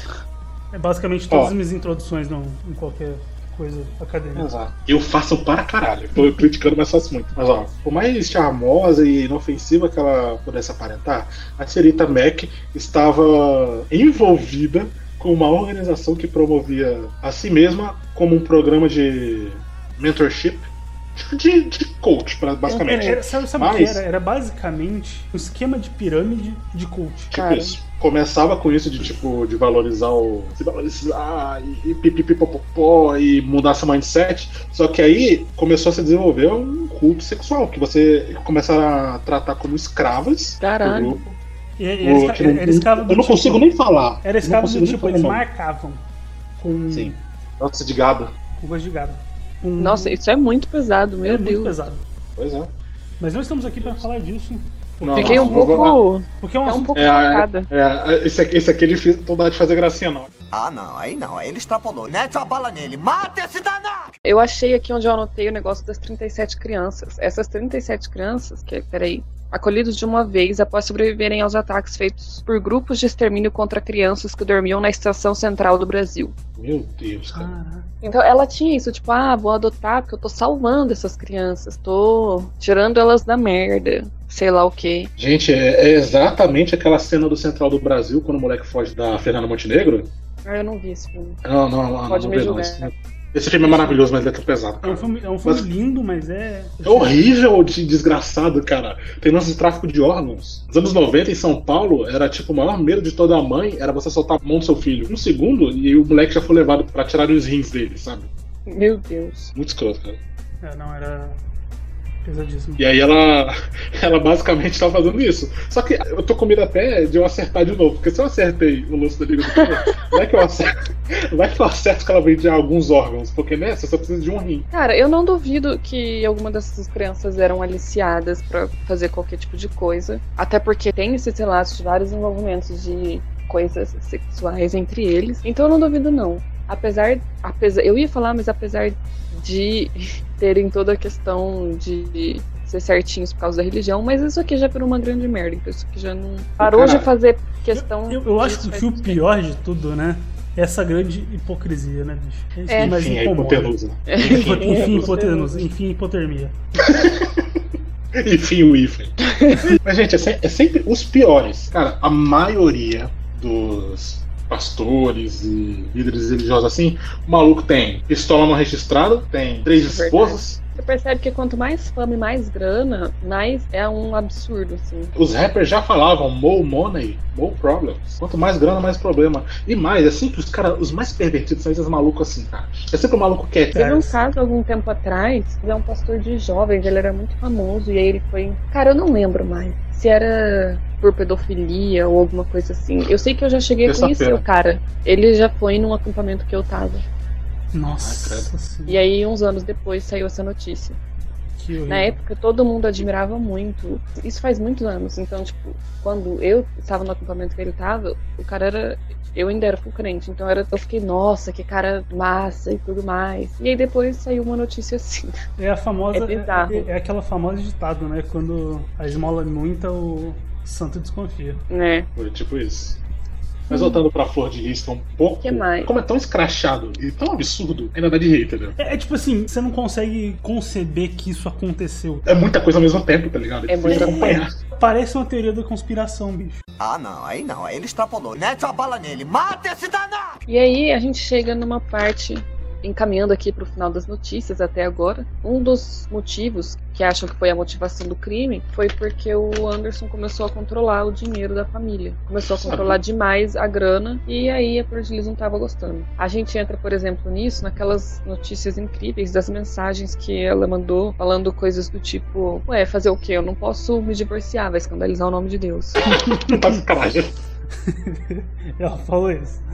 [SPEAKER 7] É basicamente todas
[SPEAKER 6] Ó.
[SPEAKER 7] as minhas introduções não, em qualquer coisa acadêmica.
[SPEAKER 6] Exato. Eu faço para caralho. Tô criticando, mas faço muito. Mas ó, por mais charmosa e inofensiva que ela pudesse aparentar, a senhorita Mac estava envolvida com uma organização que promovia a si mesma como um programa de mentorship. tipo De, de coach, pra- basicamente.
[SPEAKER 7] É, era- sabe sabe o que
[SPEAKER 6] Mas-
[SPEAKER 7] era? Era basicamente um esquema de pirâmide de cult.
[SPEAKER 6] Tipo isso. Começava com isso de tipo de valorizar o. se valorizar e, e pipipipopopó e mudar seu mindset. Só que aí começou a se desenvolver um culto sexual, que você começaram a tratar como escravas. do
[SPEAKER 8] Caralho.
[SPEAKER 6] grupo.
[SPEAKER 7] E- e era
[SPEAKER 6] O-
[SPEAKER 7] esca-
[SPEAKER 6] que não-
[SPEAKER 7] era- era escravo do
[SPEAKER 6] eu não
[SPEAKER 7] tipo-
[SPEAKER 6] consigo nem falar.
[SPEAKER 7] Era
[SPEAKER 6] Eu não
[SPEAKER 7] escravo
[SPEAKER 6] consigo
[SPEAKER 7] do
[SPEAKER 6] nem
[SPEAKER 7] tipo,
[SPEAKER 6] falar
[SPEAKER 7] eles
[SPEAKER 6] o nome.
[SPEAKER 7] marcavam com,
[SPEAKER 6] Sim. Nossa, de gado.
[SPEAKER 7] com coisa de gado. Com-
[SPEAKER 6] Uhum.
[SPEAKER 8] Nossa, isso é muito pesado, meu
[SPEAKER 7] era muito
[SPEAKER 8] Deus.
[SPEAKER 7] pesado.
[SPEAKER 6] Pois é.
[SPEAKER 7] Mas não estamos aqui pra falar disso. Porque,
[SPEAKER 6] Não,
[SPEAKER 8] Fiquei um
[SPEAKER 6] Nossa, vou-
[SPEAKER 8] pouco.
[SPEAKER 7] porque é um
[SPEAKER 8] É um
[SPEAKER 7] assunto
[SPEAKER 8] pouco
[SPEAKER 6] É,
[SPEAKER 8] chocada.
[SPEAKER 6] é, é, esse, aqui- esse aqui ele fez- não dá de fazer gracinha, não.
[SPEAKER 9] Ah, não, aí não, aí ele extrapolou. Mete uma bala nele, mata esse danado!
[SPEAKER 8] Eu achei aqui onde eu anotei o negócio das 37 crianças. Essas 37 crianças, que, peraí, acolhidos de uma vez após sobreviverem aos ataques feitos por grupos de extermínio contra crianças que dormiam na estação central do Brasil.
[SPEAKER 6] Meu Deus, cara.
[SPEAKER 7] Caraca.
[SPEAKER 8] Então ela tinha isso, tipo, ah, vou adotar porque eu tô salvando essas crianças, tô tirando elas da merda, sei lá o quê.
[SPEAKER 6] Gente, é, é exatamente aquela cena do Central do Brasil quando o moleque foge da Fernanda Montenegro.
[SPEAKER 8] Ah, eu não vi esse filme.
[SPEAKER 6] Não, não, não,
[SPEAKER 8] Pode
[SPEAKER 6] Ah, não
[SPEAKER 8] me
[SPEAKER 6] vê, não.
[SPEAKER 8] julgar.
[SPEAKER 6] Esse, esse filme é maravilhoso, mas ele é tão pesado.
[SPEAKER 7] É um
[SPEAKER 6] Cara.
[SPEAKER 7] filme, é um filme
[SPEAKER 6] Mas-
[SPEAKER 7] lindo, mas é.
[SPEAKER 6] É horrível de desgraçado, cara. Tem lance de tráfico de órgãos. Nos anos 90, em São Paulo, era tipo o maior medo de toda mãe era você soltar a mão do seu filho. Um segundo, e o moleque já foi levado pra tirar os rins dele, sabe?
[SPEAKER 8] Meu Deus.
[SPEAKER 6] Muito escroto, cara.
[SPEAKER 7] É, não, era. Pesadíssimo.
[SPEAKER 6] E aí ela, ela basicamente tá fazendo isso. Só que eu tô com medo até de eu acertar de novo, porque se eu acertei o lance da Liga do Poder, vai que eu acerto. Vai que eu acerto que ela vende alguns órgãos, porque né, você só precisa de um rim.
[SPEAKER 8] Cara, eu não duvido que alguma dessas crianças eram aliciadas pra fazer qualquer tipo de coisa. Até porque tem esses relatos de vários envolvimentos de coisas sexuais entre eles. Então eu não duvido, não. Apesar. apesar eu ia falar, mas apesar de terem toda a questão de ser certinhos por causa da religião, mas isso aqui já virou uma grande merda. Então isso aqui já não. Parou de
[SPEAKER 6] Caralho.
[SPEAKER 8] fazer questão.
[SPEAKER 6] é-
[SPEAKER 7] Eu, eu acho
[SPEAKER 8] disso,
[SPEAKER 7] que o
[SPEAKER 8] faz-
[SPEAKER 7] fio pior de tudo, né? É essa grande hipocrisia, né, bicho? isso
[SPEAKER 8] É.
[SPEAKER 7] que mais
[SPEAKER 6] Enfim, a
[SPEAKER 7] incomoda.
[SPEAKER 6] hipotenusa.
[SPEAKER 7] Enfim, hipotenusa. Enfim, hipotermia.
[SPEAKER 6] Enfim, o Ifre. Mas, gente, é, se- é sempre os piores. Cara, a maioria dos pastores e líderes religiosos assim, o maluco tem pistola não registrada, tem três
[SPEAKER 8] é Verdade.
[SPEAKER 6] esposas,
[SPEAKER 8] Você percebe que quanto mais fama e mais grana, mais é um absurdo, assim.
[SPEAKER 6] Os rappers já falavam more money, more problems. Quanto mais grana, mais problema. E mais, é sempre os caras, os mais pervertidos são esses malucos assim, cara. É sempre o maluco quieto.
[SPEAKER 8] Teve
[SPEAKER 7] Cara,
[SPEAKER 8] um caso algum tempo atrás, ele é um pastor de jovens, ele era muito famoso, e aí ele foi. Cara, eu não lembro mais se era por pedofilia ou alguma coisa assim. Eu sei que eu já cheguei a conhecer
[SPEAKER 6] Terça-feira.
[SPEAKER 8] o cara. Ele já foi num acampamento que eu tava.
[SPEAKER 6] Ai,
[SPEAKER 7] Nossa
[SPEAKER 8] E
[SPEAKER 7] senhora.
[SPEAKER 8] aí, uns anos depois, saiu essa notícia.
[SPEAKER 7] que horrível.
[SPEAKER 8] Na época, todo mundo admirava muito. Isso faz muitos anos. Então, tipo, quando eu estava no acampamento que ele estava, o cara era. Eu ainda era full crente. Então era, eu fiquei, nossa, que cara massa e tudo mais. E aí depois saiu uma notícia assim.
[SPEAKER 7] É a famosa.
[SPEAKER 8] É bizarro.
[SPEAKER 7] É, é aquela famosa ditado, né? Quando a esmola é muita, o santo desconfia.
[SPEAKER 8] Né?
[SPEAKER 6] Foi tipo isso. Mas voltando pra Flor de Lis, que é um pouco.
[SPEAKER 8] Que mais?
[SPEAKER 6] Como é tão escrachado e tão absurdo, ainda dá de rir, entendeu?
[SPEAKER 7] É, é tipo assim, você não consegue conceber que isso aconteceu.
[SPEAKER 6] É muita coisa ao mesmo tempo, tá ligado?
[SPEAKER 8] É
[SPEAKER 6] difícil
[SPEAKER 8] muita
[SPEAKER 6] acompanhar.
[SPEAKER 7] Parece uma teoria da conspiração, bicho.
[SPEAKER 9] Ah, não, aí não, aí ele extrapolou. Mete uma bala nele, mata esse danado!
[SPEAKER 8] E aí a gente chega numa parte encaminhando aqui para o final das notícias até agora. Um dos motivos que acham que foi a motivação do crime foi porque o Anderson começou a controlar o dinheiro da família, começou a controlar demais a grana e aí a Prodiliz não estava gostando. A gente entra, por exemplo, nisso naquelas notícias incríveis das mensagens que ela mandou falando coisas do tipo, ué, fazer o quê? Eu não posso me divorciar, vai escandalizar o nome de Deus.
[SPEAKER 6] Tá Caralho.
[SPEAKER 7] Ela falou isso.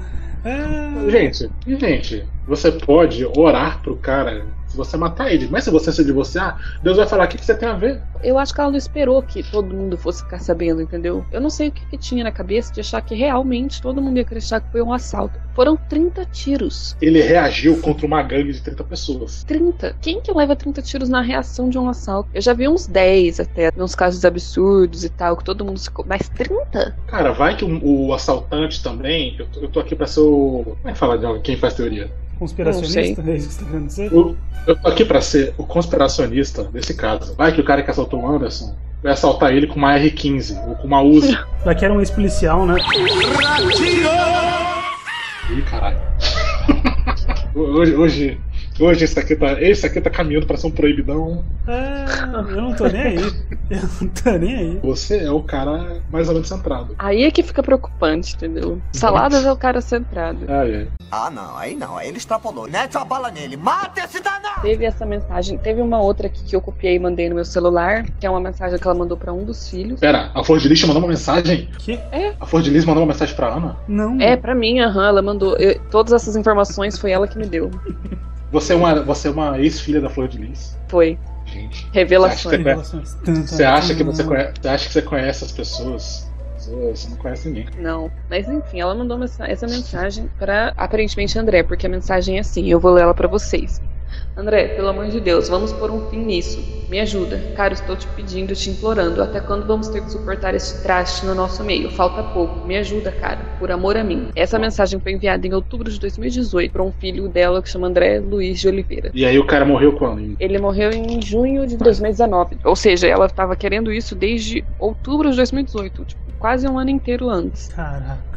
[SPEAKER 7] É...
[SPEAKER 6] Gente, e, gente, você pode orar pro cara se você matar ele, mas se você se divorciar, Deus vai falar o que, que você tem a ver.
[SPEAKER 8] Eu acho que ela não esperou que todo mundo fosse ficar sabendo, entendeu? Eu não sei o que, que tinha na cabeça de achar que realmente todo mundo ia acreditar que foi um assalto. Foram 30 tiros.
[SPEAKER 6] Ele reagiu contra uma gangue de 30 pessoas.
[SPEAKER 8] 30. Quem que leva 30 tiros na reação de um assalto? Eu já vi uns 10 até, uns casos absurdos e tal, que todo mundo se. co- Mas 30?
[SPEAKER 6] Cara, vai que o, o assaltante também. Eu tô, eu tô aqui pra ser o. Como é que fala de alguém- quem faz teoria?
[SPEAKER 7] Conspiracionista, é isso que você tá querendo dizer?
[SPEAKER 6] O- eu tô aqui pra ser o conspiracionista desse caso. Vai que o cara que assaltou o Anderson vai assaltar ele com uma R15 ou com uma Uzi.
[SPEAKER 7] Daqui era um ex-policial, né?
[SPEAKER 6] Ih, caralho. hoje, hoje, hoje esse aqui tá, esse aqui tá caminhando pra ser um proibidão.
[SPEAKER 7] É, eu não tô nem aí. Eu não tô nem aí.
[SPEAKER 6] Você é o cara mais ou menos centrado.
[SPEAKER 8] Aí é que fica preocupante, entendeu? Saladas é o cara centrado.
[SPEAKER 6] Ai, ai.
[SPEAKER 9] Ah, não, aí não, aí ele extrapolou. Mete uma bala nele, mata esse danado!
[SPEAKER 8] Teve essa mensagem, teve uma outra aqui que eu copiei e mandei no meu celular, que é uma mensagem que ela mandou pra um dos filhos.
[SPEAKER 6] Pera, a Flor de Lis mandou uma mensagem?
[SPEAKER 7] Que?
[SPEAKER 6] A Flor de Lis mandou uma mensagem pra Ana?
[SPEAKER 7] Não.
[SPEAKER 8] É, pra mim, aham, ela mandou. eu- todas essas informações foi ela que me deu.
[SPEAKER 6] Você é uma, você é uma ex-filha da Flor de Lis?
[SPEAKER 8] Foi.
[SPEAKER 6] Gente.
[SPEAKER 8] Revelações.
[SPEAKER 6] Acho
[SPEAKER 7] Revelações.
[SPEAKER 6] Você acha que você conhece, você acha que você conhece as pessoas? Você, você não conhece ninguém.
[SPEAKER 8] Não, mas enfim, ela mandou mensa- essa mensagem para aparentemente André, porque a mensagem é assim, eu vou ler ela para vocês. André, pelo amor de Deus, vamos pôr um fim nisso. Me ajuda. Cara, estou te pedindo, te implorando. Até quando vamos ter que suportar este traste no nosso meio? Falta pouco. Me ajuda, cara. Por amor a mim. Essa mensagem foi enviada em outubro de 2018 para um filho dela que chama André Luiz de Oliveira.
[SPEAKER 6] E aí o cara morreu quando? Em-
[SPEAKER 8] Ele morreu em junho de 2019. Ou seja, ela estava querendo isso desde outubro de 2018. Tipo, quase um ano inteiro antes.
[SPEAKER 7] Caraca.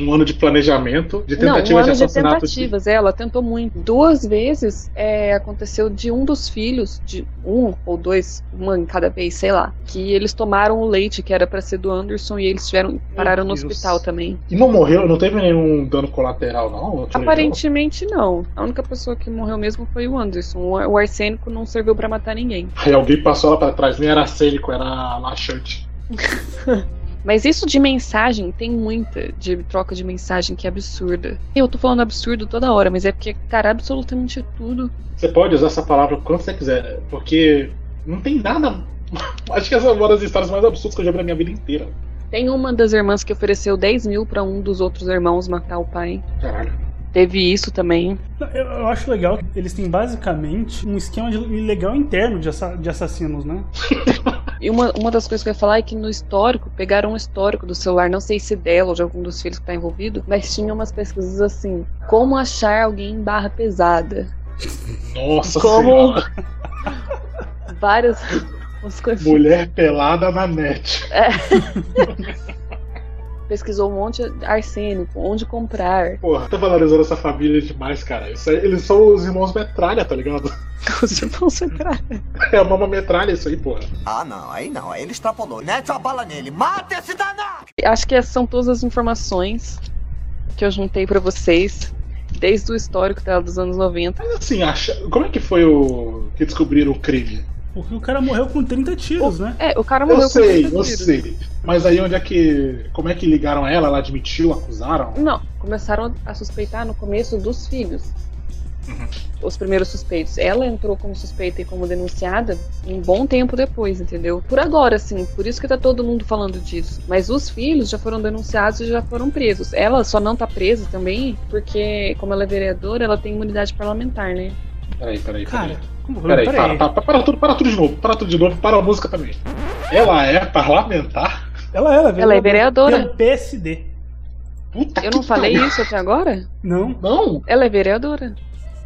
[SPEAKER 6] Um ano de planejamento, de
[SPEAKER 8] Não, um
[SPEAKER 6] tentativas
[SPEAKER 8] ano
[SPEAKER 6] de
[SPEAKER 8] de
[SPEAKER 6] assassinato.
[SPEAKER 8] tentativas, é, ela tentou muito. Duas vezes é, aconteceu de um dos filhos, de um ou dois, uma em cada vez, sei lá, que eles tomaram o leite que era pra ser do Anderson e eles tiveram, pararam no
[SPEAKER 6] Deus.
[SPEAKER 8] hospital também.
[SPEAKER 6] E não morreu, não teve nenhum dano colateral, não?
[SPEAKER 8] Aparentemente não. A única pessoa que morreu mesmo foi o Anderson. O, o arsênico não serviu pra matar ninguém.
[SPEAKER 6] Aí alguém passou lá pra trás, nem era cênico, era laxante.
[SPEAKER 8] Mas isso de mensagem tem muita de troca de mensagem que é absurda. Eu tô falando absurdo toda hora, mas é porque, cara, absolutamente tudo.
[SPEAKER 6] Você pode usar essa palavra o quanto você quiser, porque não tem nada. Acho que essa é uma das histórias mais absurdas que eu já vi na minha vida inteira.
[SPEAKER 8] Tem uma das irmãs que ofereceu 10 mil pra um dos outros irmãos matar o pai.
[SPEAKER 6] Caralho.
[SPEAKER 8] Teve isso também.
[SPEAKER 7] Não, Eu, eu acho legal que eles têm basicamente um esquema de ilegal interno de, assa- de assassinos, né?
[SPEAKER 8] E uma, uma das coisas que eu ia falar é que no histórico, pegaram um histórico do celular, não sei se dela ou de algum dos filhos que tá envolvido, mas tinha umas pesquisas assim: como achar alguém em barra pesada?
[SPEAKER 6] Nossa
[SPEAKER 8] Como-
[SPEAKER 6] senhora.
[SPEAKER 8] Várias. umas coisas.
[SPEAKER 6] Mulher pelada na net.
[SPEAKER 8] Pesquisou um monte de arsênico, onde comprar.
[SPEAKER 6] Porra, tá valorizando essa família demais, cara. Isso aí- eles são os irmãos metralha, tá ligado?
[SPEAKER 8] Os irmãos entraram.
[SPEAKER 6] É uma metralha isso aí, porra.
[SPEAKER 9] Ah, não, aí não, aí ele extrapolou. Mete uma bala nele, mata esse danado!
[SPEAKER 8] Acho que essas são todas as informações que eu juntei pra vocês, desde o histórico dela dos anos 90.
[SPEAKER 6] Mas assim, acha... como é que foi o. que descobriram o crime?
[SPEAKER 7] Porque o cara morreu com 30 tiros, né?
[SPEAKER 8] É, o cara morreu
[SPEAKER 6] Eu sei,
[SPEAKER 8] com
[SPEAKER 6] eu
[SPEAKER 8] 30 tiros.
[SPEAKER 6] sei. Mas aí onde é que. Como é que ligaram ela? Ela admitiu, acusaram?
[SPEAKER 8] Não, começaram a suspeitar no começo dos filhos. Os primeiros suspeitos. Ela entrou como suspeita e como denunciada um bom tempo depois, entendeu? Por agora, assim, por isso que tá todo mundo falando disso. Mas os filhos já foram denunciados e já foram presos. Ela só não tá presa também, porque, como ela é vereadora, ela tem imunidade parlamentar, né?
[SPEAKER 6] Peraí, peraí, peraí.
[SPEAKER 7] Cara, como
[SPEAKER 6] Peraí,
[SPEAKER 7] peraí.
[SPEAKER 6] para, para, para tudo, para tudo de novo, para tudo de novo, para a música também. Ela é parlamentar?
[SPEAKER 7] Ela era, um
[SPEAKER 8] Ela é vereadora.
[SPEAKER 7] Pelo PSD.
[SPEAKER 6] Puta
[SPEAKER 8] Eu
[SPEAKER 6] que
[SPEAKER 8] não falei
[SPEAKER 6] pariu.
[SPEAKER 8] isso até agora?
[SPEAKER 7] Não.
[SPEAKER 6] Não,
[SPEAKER 8] Ela é vereadora.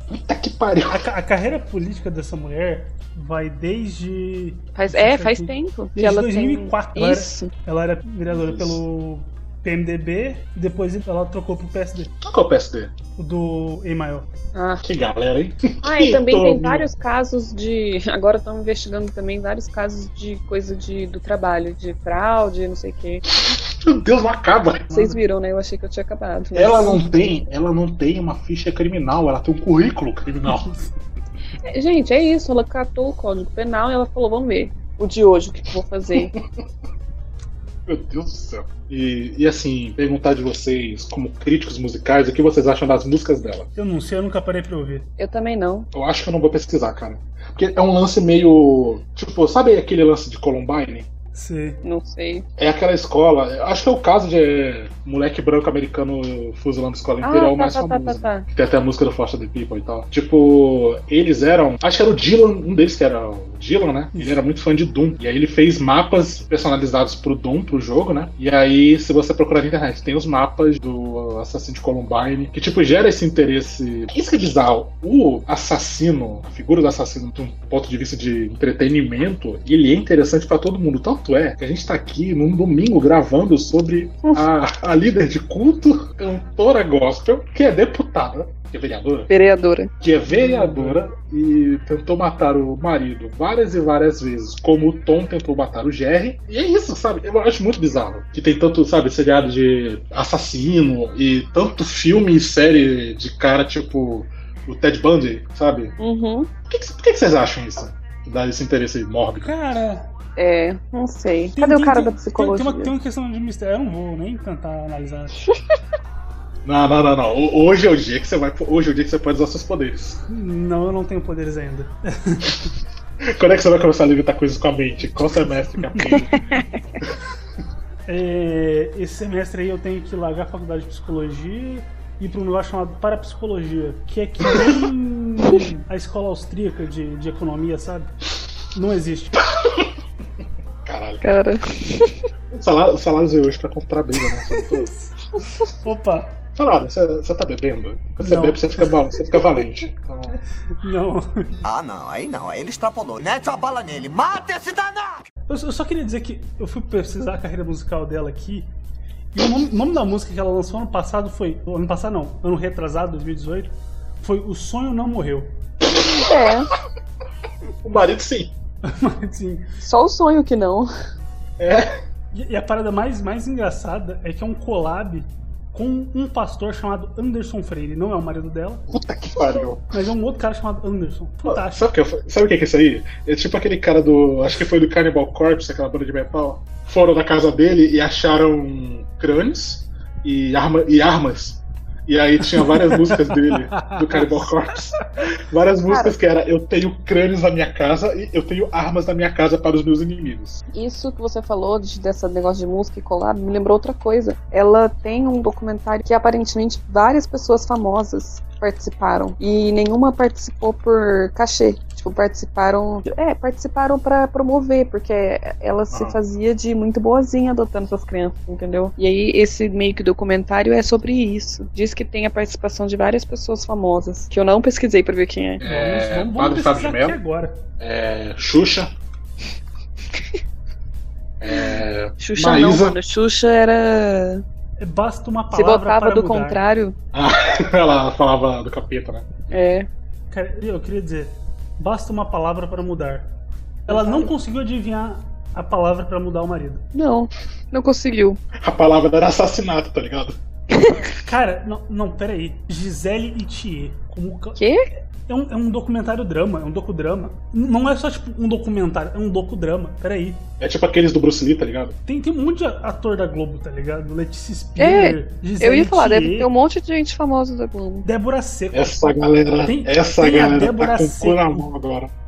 [SPEAKER 6] puta que pariu.
[SPEAKER 7] A, ca- a carreira política dessa mulher vai desde.
[SPEAKER 8] Faz, é,
[SPEAKER 7] Deixa eu
[SPEAKER 8] faz
[SPEAKER 7] ver.
[SPEAKER 8] tempo que
[SPEAKER 7] Desde
[SPEAKER 8] ela
[SPEAKER 7] 2004,
[SPEAKER 8] tem.
[SPEAKER 7] ela era-
[SPEAKER 8] Isso.
[SPEAKER 7] Ela era vereadora
[SPEAKER 6] Isso.
[SPEAKER 7] pelo PMDB e depois ela trocou pro PSD,
[SPEAKER 6] Qual que é o PSD?
[SPEAKER 7] o do Emael.
[SPEAKER 8] Ah.
[SPEAKER 6] Que galera, hein?
[SPEAKER 8] Ah, e também
[SPEAKER 6] Todo
[SPEAKER 8] tem
[SPEAKER 6] mundo.
[SPEAKER 8] vários casos de. Agora estão investigando também vários casos de coisa de, do trabalho, de fraude, não sei o quê.
[SPEAKER 6] Meu Deus, não acaba.
[SPEAKER 8] Vocês viram, né? Eu achei que eu tinha acabado. mas-
[SPEAKER 6] Ela não tem, ela não tem uma ficha criminal, ela tem um currículo criminal.
[SPEAKER 8] É, Gente, é isso. Ela catou o código penal e ela falou: vamos ver o de hoje, o que, que eu vou fazer.
[SPEAKER 6] Meu Deus do céu. E, e assim, perguntar de vocês, como críticos musicais, o que vocês acham das músicas dela?
[SPEAKER 7] Eu não sei, eu nunca parei pra ouvir.
[SPEAKER 8] eu também não.
[SPEAKER 6] Eu acho que eu não vou pesquisar, cara. Porque é um lance meio. Tipo, sabe aquele lance de Columbine?
[SPEAKER 7] Sei.
[SPEAKER 8] Não sei.
[SPEAKER 6] É aquela escola. eu Acho que é o caso de é, moleque branco americano fuzilando a escola
[SPEAKER 8] Ah,
[SPEAKER 6] inteira, é o
[SPEAKER 8] tá,
[SPEAKER 6] mais
[SPEAKER 8] tá, tá,
[SPEAKER 6] famoso.
[SPEAKER 8] tá, tá.
[SPEAKER 6] Tem até a música do Foster the People e tal. Tipo, eles eram. Acho que era o Dylan, um deles que era o Dylan, né? Ele era muito fã de Doom. E aí ele fez mapas personalizados pro Doom, pro jogo, né? E aí, se você procurar na internet, tem os mapas do assassino de Columbine, que tipo, gera esse interesse. Isso que é bizarro. O assassino, a figura do assassino, de um ponto de vista de entretenimento, ele é interessante pra todo mundo. Tanto é que a gente tá aqui num domingo gravando sobre a, a líder de culto, cantora gospel, que é deputada, que é vereadora,
[SPEAKER 8] Vereadora.
[SPEAKER 6] que é vereadora e tentou matar o marido várias e várias vezes, como o Tom tentou matar o Jerry. E é isso, sabe? Eu acho muito bizarro. Que tem tanto, sabe, seriado de assassino e tanto filme e série de cara tipo o Ted Bundy, sabe?
[SPEAKER 8] Uhum.
[SPEAKER 6] Por que, que- por que que vocês acham isso? Que Dá esse interesse mórbido.
[SPEAKER 7] Cara.
[SPEAKER 8] É, não sei.
[SPEAKER 7] tem-
[SPEAKER 8] Cadê o
[SPEAKER 7] tem-
[SPEAKER 8] cara
[SPEAKER 7] tem-
[SPEAKER 8] da
[SPEAKER 7] tem-
[SPEAKER 8] psicologia?
[SPEAKER 7] Tem, uma, tem uma questão de mistério. Eu não vou nem tentar analisar.
[SPEAKER 6] Não, não, não, não. O- Hoje é o dia que você vai. Hoje é o dia que você pode usar seus poderes.
[SPEAKER 7] não, eu não tenho poderes ainda.
[SPEAKER 6] Quando é que você vai começar a limitar coisas com a mente? Qual semestre que aprende?
[SPEAKER 7] É, esse semestre aí eu tenho que largar a faculdade de psicologia e ir para um lugar chamado parapsicologia, que é que nem a escola austríaca de, de economia, sabe? Não existe.
[SPEAKER 6] Caralho.
[SPEAKER 8] Cara,
[SPEAKER 6] Salário, salários hoje pra comprar briga, né? Só tô-
[SPEAKER 7] Opa,
[SPEAKER 6] Falaram, você você tá bebendo? Quando você
[SPEAKER 7] Não.
[SPEAKER 6] bebe, você fica, mal- você fica valente. Então,
[SPEAKER 7] não.
[SPEAKER 9] Ah, não, aí não, aí ele extrapolou. Mete uma bala nele. Mata esse danado!
[SPEAKER 7] Eu, só- eu só queria dizer que eu fui pesquisar a carreira musical dela aqui. E o nome, o nome da música que ela lançou ano passado foi. Ano passado não, ano retrasado, 2018, foi O Sonho Não Morreu.
[SPEAKER 8] é.
[SPEAKER 6] O marido, sim.
[SPEAKER 7] Mas, assim,
[SPEAKER 8] Só o sonho que não.
[SPEAKER 6] É.
[SPEAKER 7] E, e a parada mais, mais engraçada é que é um collab com um pastor chamado Anderson Freire. Não é o marido dela,
[SPEAKER 6] Puta que pariu.
[SPEAKER 7] mas é um outro cara chamado Anderson.
[SPEAKER 8] Tá.
[SPEAKER 7] Fantástico.
[SPEAKER 6] Sabe o que, eu- sabe o que que é isso aí? É tipo aquele cara do. Acho que foi do Cannibal Corpse, aquela banda de metal. Foram na casa dele e acharam crânios e, arma, e armas. E aí tinha várias músicas dele, do Cannibal Corpse. Várias músicas que era Eu tenho crânios na minha casa e eu tenho armas na minha casa para os meus inimigos.
[SPEAKER 8] Isso que você falou de, dessa negócio de música e collab me lembrou outra coisa. Ela tem um documentário que aparentemente várias pessoas famosas participaram e nenhuma participou por cachê. Tipo, participaram, é, participaram pra promover, porque ela se
[SPEAKER 6] Ah.
[SPEAKER 8] fazia de muito boazinha adotando suas crianças, entendeu? E aí esse meio que documentário é sobre isso. Diz que tem a participação de várias pessoas famosas, que eu não pesquisei pra ver quem é.
[SPEAKER 6] É, Padre
[SPEAKER 7] vamos, vamos, vamos
[SPEAKER 6] Fábio de
[SPEAKER 7] pesquisar
[SPEAKER 6] Mello.
[SPEAKER 7] aqui agora.
[SPEAKER 6] É, Xuxa. É,
[SPEAKER 8] Xuxa
[SPEAKER 6] Maísa.
[SPEAKER 8] não, mano. Xuxa era.
[SPEAKER 7] É, Basta uma
[SPEAKER 8] Se
[SPEAKER 7] palavra
[SPEAKER 8] botava
[SPEAKER 7] para
[SPEAKER 8] do
[SPEAKER 7] mudar.
[SPEAKER 8] contrário.
[SPEAKER 6] ah, ela falava do capeta, né?
[SPEAKER 8] É.
[SPEAKER 7] Cara, eu queria dizer, basta uma palavra para mudar. Ela não conseguiu adivinhar a palavra para mudar o marido.
[SPEAKER 8] Não, não conseguiu.
[SPEAKER 6] A palavra era assassinato, tá ligado?
[SPEAKER 7] Cara, não, não peraí. Gisele Itier. Como ca-
[SPEAKER 8] Quê?
[SPEAKER 7] É um, é um documentário drama, é um docudrama. N- Não é só tipo um documentário, é um docudrama. Peraí.
[SPEAKER 6] É tipo aqueles do Bruce Lee, tá ligado?
[SPEAKER 7] Tem, tem um monte de ator da Globo, tá ligado? Letícia Spiller, Gisele
[SPEAKER 8] É, Eu ia falar,
[SPEAKER 7] Thier,
[SPEAKER 8] deve ter um monte de gente famosa da Globo.
[SPEAKER 7] Débora Seco.
[SPEAKER 6] Essa galera,
[SPEAKER 7] Tem-
[SPEAKER 6] essa
[SPEAKER 7] tem a
[SPEAKER 6] galera
[SPEAKER 7] Débora
[SPEAKER 6] tá com o cu na
[SPEAKER 7] Seco.
[SPEAKER 6] mão agora.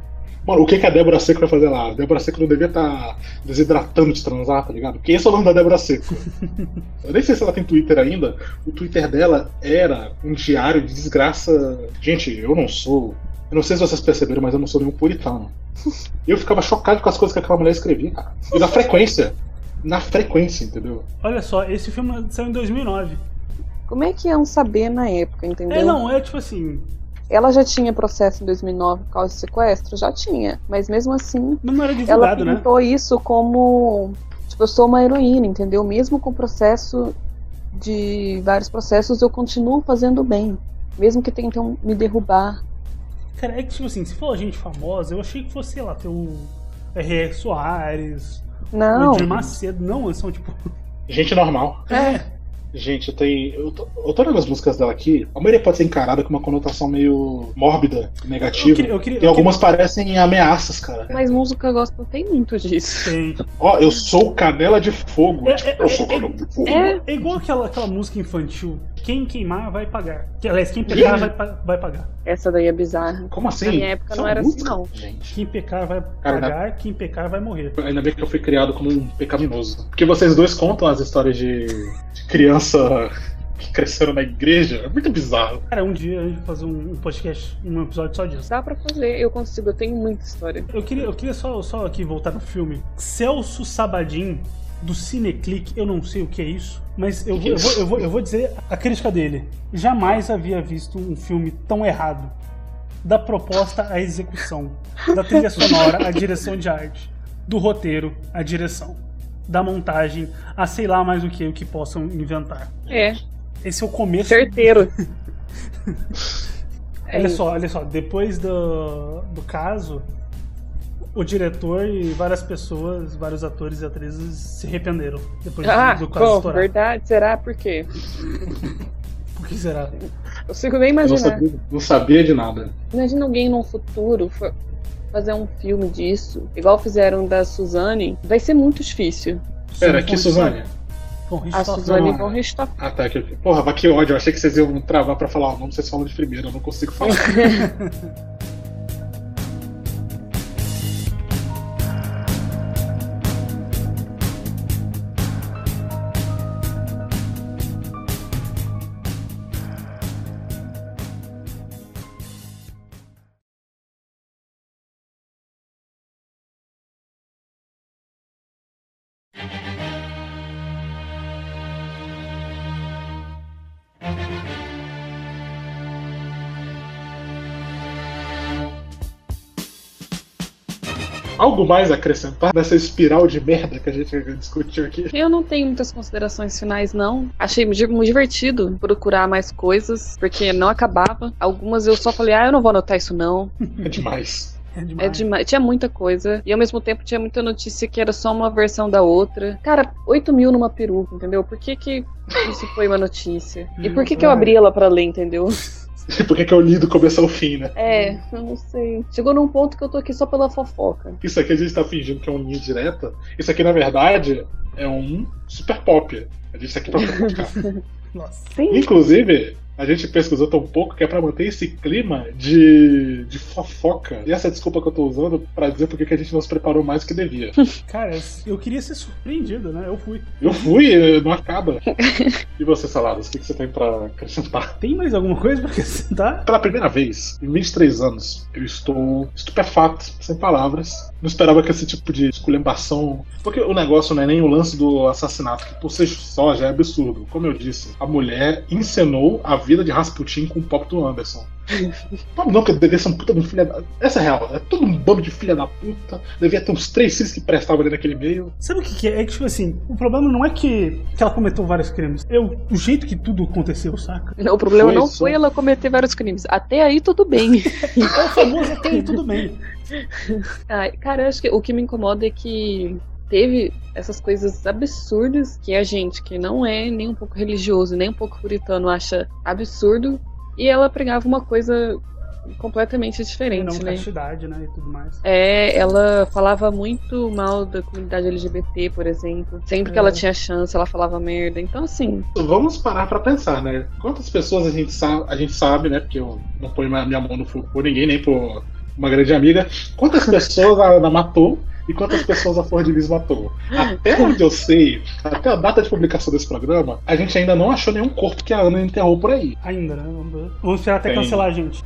[SPEAKER 6] Mano, o que, que a Débora Seco vai fazer lá? A Débora Seco não devia estar desidratando de transar, tá ligado? Porque esse é o nome da Débora Seco. Eu nem sei se ela tem Twitter ainda. O Twitter dela era um diário de desgraça. Gente, eu não sou. Eu não sei se vocês perceberam, mas eu não sou nenhum puritano. Eu ficava chocado com as coisas que aquela mulher escrevia, cara. E na frequência. Na frequência, entendeu?
[SPEAKER 7] Olha só, esse filme saiu em 2009.
[SPEAKER 8] Como é que iam saber na época, entendeu?
[SPEAKER 7] É, não, é tipo assim.
[SPEAKER 8] Ela já tinha processo em 2009 por causa de sequestro? Já tinha. Mas mesmo assim,
[SPEAKER 7] Não era
[SPEAKER 8] ela
[SPEAKER 7] divulgado, né?
[SPEAKER 8] pintou isso como. Tipo, eu sou uma heroína, entendeu? Mesmo com processo de vários processos, eu continuo fazendo bem. Mesmo que tentam me derrubar.
[SPEAKER 7] Cara, é que tipo assim, se for gente famosa, eu achei que fosse, sei lá, ter o R.R. Soares,
[SPEAKER 8] Não.
[SPEAKER 7] o Edir Macedo. Não, eles são tipo.
[SPEAKER 6] Gente normal.
[SPEAKER 7] É.
[SPEAKER 6] Gente, eu tenho. Eu tô, eu tô olhando as músicas dela aqui. A maioria pode ser encarada com uma conotação meio mórbida, negativa.
[SPEAKER 7] Eu queria- eu queria-
[SPEAKER 6] e
[SPEAKER 7] eu
[SPEAKER 6] algumas parecem ameaças, cara.
[SPEAKER 8] Mas música gospel tem muito disso.
[SPEAKER 7] Tem.
[SPEAKER 6] Ó, eu sou canela de fogo.
[SPEAKER 7] É,
[SPEAKER 6] Tipo,
[SPEAKER 7] é,
[SPEAKER 6] eu sou
[SPEAKER 7] é,
[SPEAKER 6] canela de fogo.
[SPEAKER 8] É.
[SPEAKER 7] É igual aquela, aquela música infantil. Quem queimar vai pagar. Que, aliás, quem pecar vai, pa- vai pagar.
[SPEAKER 8] Essa daí é bizarra.
[SPEAKER 6] Como assim?
[SPEAKER 8] Na minha época
[SPEAKER 6] Essa
[SPEAKER 8] não era
[SPEAKER 6] música?
[SPEAKER 8] assim, não.
[SPEAKER 6] Gente,
[SPEAKER 7] Quem pecar vai
[SPEAKER 6] Cara,
[SPEAKER 7] pagar, quem pecar vai morrer.
[SPEAKER 6] ainda bem que eu fui criado como um pecaminoso. Porque vocês dois contam as histórias de, de criança que cresceram na igreja. É muito bizarro.
[SPEAKER 7] Cara, um dia a gente vai fazer um, um podcast, um episódio só disso.
[SPEAKER 8] Dá pra fazer, eu consigo, eu tenho muita história.
[SPEAKER 7] Eu queria, eu queria só, só aqui voltar no filme. Celso Sabadin, do Cineclick, eu não sei o que é isso, mas eu, vou- eu, vou, eu, vou, eu vou dizer a crítica dele. Jamais havia visto um filme tão errado. Da proposta à execução, da trilha sonora à direção de arte, do roteiro à direção, da montagem a sei lá mais o que o que possam inventar.
[SPEAKER 8] É,
[SPEAKER 7] Esse é o começo
[SPEAKER 8] certeiro. É
[SPEAKER 7] Olha
[SPEAKER 8] isso.
[SPEAKER 7] só, olha só, depois do, do caso, o diretor e várias pessoas, vários atores e atrizes se arrependeram depois
[SPEAKER 8] Ah,
[SPEAKER 7] do caso
[SPEAKER 8] bom,
[SPEAKER 7] estourar.
[SPEAKER 8] verdade, será? Por quê?
[SPEAKER 7] Por que será?
[SPEAKER 8] Eu consigo nem
[SPEAKER 6] Eu não
[SPEAKER 8] imaginar.
[SPEAKER 6] sabia, não sabia de nada.
[SPEAKER 8] Imagina alguém num futuro fa- fazer um filme disso, igual fizeram da Suzane, vai ser muito difícil.
[SPEAKER 7] é
[SPEAKER 6] Pera,
[SPEAKER 7] um
[SPEAKER 6] aqui, Suzane.
[SPEAKER 7] né? Bom,
[SPEAKER 8] A
[SPEAKER 7] Ristoff,
[SPEAKER 8] Suzane
[SPEAKER 6] não.
[SPEAKER 8] von Richthofen.
[SPEAKER 6] Ah, tá. Que, porra, mas que ódio. Eu achei que vocês iam travar pra falar o nome, vocês falam de primeiro, eu não consigo falar. Algo mais a acrescentar nessa espiral de merda que a gente discutiu aqui?
[SPEAKER 8] Eu não tenho muitas considerações finais, não. Achei di- muito divertido procurar mais coisas, porque não acabava. Algumas eu só falei, ah, eu não vou anotar isso, não.
[SPEAKER 6] É demais.
[SPEAKER 7] é demais.
[SPEAKER 8] É demais. Tinha muita coisa. E ao mesmo tempo tinha muita notícia que era só uma versão da outra. Cara, 8 mil numa peruca, entendeu? Por que que isso foi uma notícia? E por que que eu
[SPEAKER 6] Uhum.
[SPEAKER 8] abri ela pra ler, entendeu?
[SPEAKER 6] Por que, é que eu li do começo ao fim, né?
[SPEAKER 8] É, eu não sei. Chegou num ponto que eu tô aqui só pela fofoca.
[SPEAKER 6] Isso aqui a gente tá fingindo que é uma linha direta. Isso aqui, na verdade, é um super pop. A gente tá aqui pra fofocar.
[SPEAKER 7] Nossa.
[SPEAKER 8] Sim.
[SPEAKER 6] Inclusive, a gente pesquisou tão pouco que é pra manter esse clima de, de fofoca. E essa é a desculpa que eu tô usando pra dizer porque que a gente não se preparou mais do que devia.
[SPEAKER 7] Cara, eu queria ser surpreendido, né? Eu fui.
[SPEAKER 6] Eu fui, eh, não acaba. E você, Saladas, o que que você tem pra acrescentar?
[SPEAKER 7] Tem mais alguma coisa pra acrescentar?
[SPEAKER 6] Pela primeira vez em 23 anos, eu estou estupefato, sem palavras. Não esperava que esse tipo de esculhambação. Porque o negócio não é nem o lance do assassinato, que por si só já é absurdo. Como eu disse, a mulher encenou a vida de Rasputin com o pop do Anderson. Pop não, que devia ser um puta de um filho da. Essa é real, é todo um bando de filha da puta. Devia ter uns três filhos que prestavam ali naquele meio.
[SPEAKER 7] Sabe o que, que é? É que, tipo assim, o problema não é que, que ela cometeu vários crimes. É o, o jeito que tudo aconteceu, saca?
[SPEAKER 8] Não, o problema
[SPEAKER 6] Foi
[SPEAKER 8] não
[SPEAKER 6] só-
[SPEAKER 8] foi ela cometer vários crimes. Até aí tudo bem.
[SPEAKER 7] É o famoso até aí tudo bem.
[SPEAKER 8] Ai, cara, eu acho que o que me incomoda é que teve essas coisas absurdas que a gente, que não é nem um pouco religioso, nem um pouco puritano, acha absurdo. E ela pregava uma coisa completamente diferente,
[SPEAKER 7] não,
[SPEAKER 8] né?
[SPEAKER 7] castidade, né? E tudo mais.
[SPEAKER 8] É, ela falava muito mal da comunidade LGBT, por exemplo. Sempre
[SPEAKER 7] É.
[SPEAKER 8] que ela tinha chance, ela falava merda. Então, assim,
[SPEAKER 6] Vamos parar pra pensar, né? Quantas pessoas a gente, sa- a gente sabe, né? Porque eu não ponho ma- minha mão no fogo por ninguém, nem por uma grande amiga. Quantas pessoas a Ana matou e quantas pessoas a Ford Liz matou? Até onde eu sei, até a data de publicação desse programa, a gente ainda não achou nenhum corpo que a Ana enterrou por aí.
[SPEAKER 7] Ainda, né? Vamos ver. Vamos esperar até
[SPEAKER 6] Tem.
[SPEAKER 7] cancelar a gente.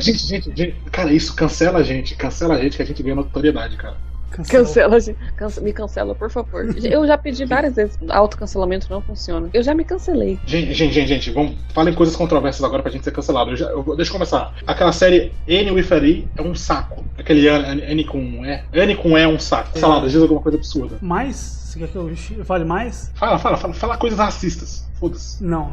[SPEAKER 6] Gente, gente, gente, cara, isso cancela a gente, cancela a gente que a gente ganha notoriedade, cara.
[SPEAKER 7] Cancela.
[SPEAKER 8] Cancela, gente. Canc- me cancela, por favor. Eu já pedi várias vezes. Autocancelamento não funciona. Eu já me cancelei.
[SPEAKER 6] Gente, gente, gente, gente, vamos. Falem coisas controversas agora pra gente ser cancelado. Eu já- eu vou- deixa eu começar. Aquela série N with Ari é um saco. Aquele An- An- N com E. N com E é um saco. Salada, diz alguma coisa absurda.
[SPEAKER 7] Mais? Você quer que eu fale mais?
[SPEAKER 6] Fala, fala, fala, fala coisas racistas. Foda-se.
[SPEAKER 7] Não.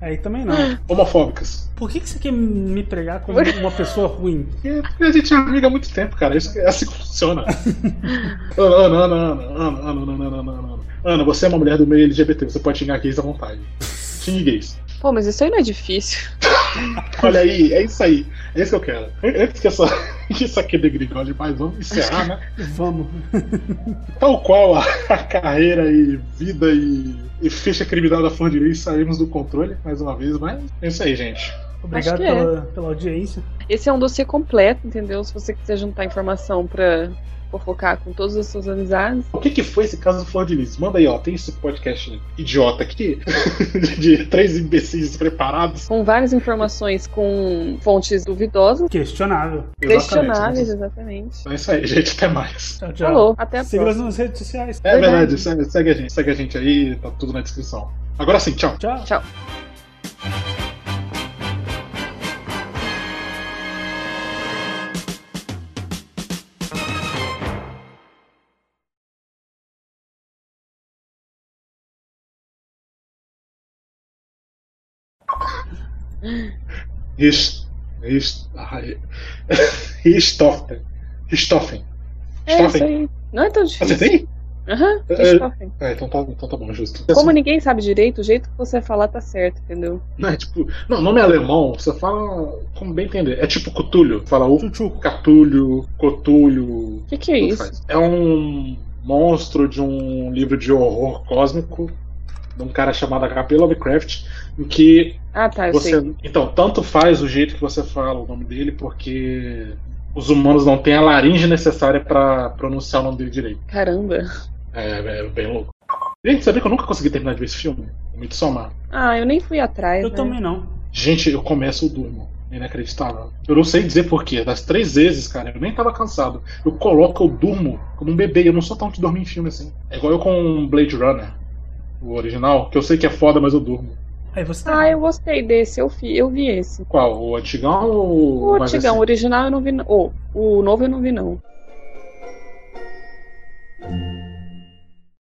[SPEAKER 7] Aí também não.
[SPEAKER 6] Homofóbicas.
[SPEAKER 7] Por que, que você quer me pregar como uma pessoa ruim?
[SPEAKER 6] Porque porque a gente é amiga há muito tempo, cara. Isso, é assim que funciona. Ana, Ana, Ana, Ana, Ana, Ana, Ana, Ana, Ana, Ana. Ana, você é uma mulher do meio LGBT, você pode xingar gays à vontade. Xingue gays.
[SPEAKER 8] Pô, mas isso aí não é difícil.
[SPEAKER 6] Olha aí, é isso aí. É isso que eu quero. Antes que essa, que isso aqui degrigole mais, vamos encerrar, né?
[SPEAKER 7] Vamos.
[SPEAKER 6] Tal qual a, a carreira e vida e, e ficha criminal da Flor de Lis, saímos do controle mais uma vez, mas é isso aí, gente.
[SPEAKER 7] Obrigado
[SPEAKER 8] que é.
[SPEAKER 7] pela, pela audiência.
[SPEAKER 8] Esse é um dossiê completo, entendeu? Se você quiser juntar informação pra fofocar com todas as suas amizades.
[SPEAKER 6] O que, que foi esse caso do Flor de Lis? Manda aí, ó. Tem esse podcast idiota aqui de três imbecis despreparados.
[SPEAKER 8] Com várias informações com fontes duvidosas,
[SPEAKER 7] Questionável.
[SPEAKER 8] questionáveis, exatamente.
[SPEAKER 6] É isso aí, gente. Até mais.
[SPEAKER 7] Tchau, tchau.
[SPEAKER 8] Falou, até a
[SPEAKER 7] Siga
[SPEAKER 8] próxima.
[SPEAKER 7] nas nas redes sociais.
[SPEAKER 6] É verdade, segue, segue a gente. Segue a gente aí, tá tudo na descrição. Agora sim, tchau.
[SPEAKER 7] Tchau.
[SPEAKER 8] Tchau.
[SPEAKER 6] Rist- Rist- ai. Ristoffen. Ristoffen.
[SPEAKER 8] É isso aí. Não é tão
[SPEAKER 6] Você
[SPEAKER 8] difícil.
[SPEAKER 6] tem?
[SPEAKER 8] Aham,
[SPEAKER 6] É,
[SPEAKER 8] Christoffen.
[SPEAKER 6] É, então tá, então tá bom, justo.
[SPEAKER 8] Como ninguém sabe direito, o jeito que você falar tá certo, entendeu?
[SPEAKER 6] Não, é tipo, não, nome alemão, você fala como bem entender. É tipo cutulho, fala o
[SPEAKER 7] Tchutchuco.
[SPEAKER 6] catulho, cotulho,
[SPEAKER 8] O que, que é
[SPEAKER 6] tudo
[SPEAKER 8] isso?
[SPEAKER 6] faz. É um monstro de um livro de horror cósmico de um cara chamado H.P. Lovecraft, em que
[SPEAKER 8] Ah, tá, eu
[SPEAKER 6] você,
[SPEAKER 8] sei.
[SPEAKER 6] então, tanto faz o jeito que você fala o nome dele, porque os humanos não têm a laringe necessária pra pronunciar o nome dele direito.
[SPEAKER 8] Caramba.
[SPEAKER 6] É, é bem louco. Gente, sabia que eu nunca consegui terminar de ver esse filme? Muito somar.
[SPEAKER 8] Ah, eu nem fui atrás.
[SPEAKER 7] Eu
[SPEAKER 8] né?
[SPEAKER 7] também não.
[SPEAKER 6] Gente, eu começo o durmo. Inacreditável. Eu não sei dizer porquê. Das três vezes, cara, eu nem tava cansado. Eu coloco, eu durmo como um bebê. Eu não sou tão de dormir em filme assim. É igual eu com Blade Runner, o original, que eu sei que é foda, mas eu durmo.
[SPEAKER 7] Aí você tá
[SPEAKER 8] Ah, eu gostei desse, eu, fi, eu vi esse.
[SPEAKER 6] Qual? O antigão ou assim-
[SPEAKER 8] O antigão, o original eu não vi. não. Ou, o novo eu não vi, não.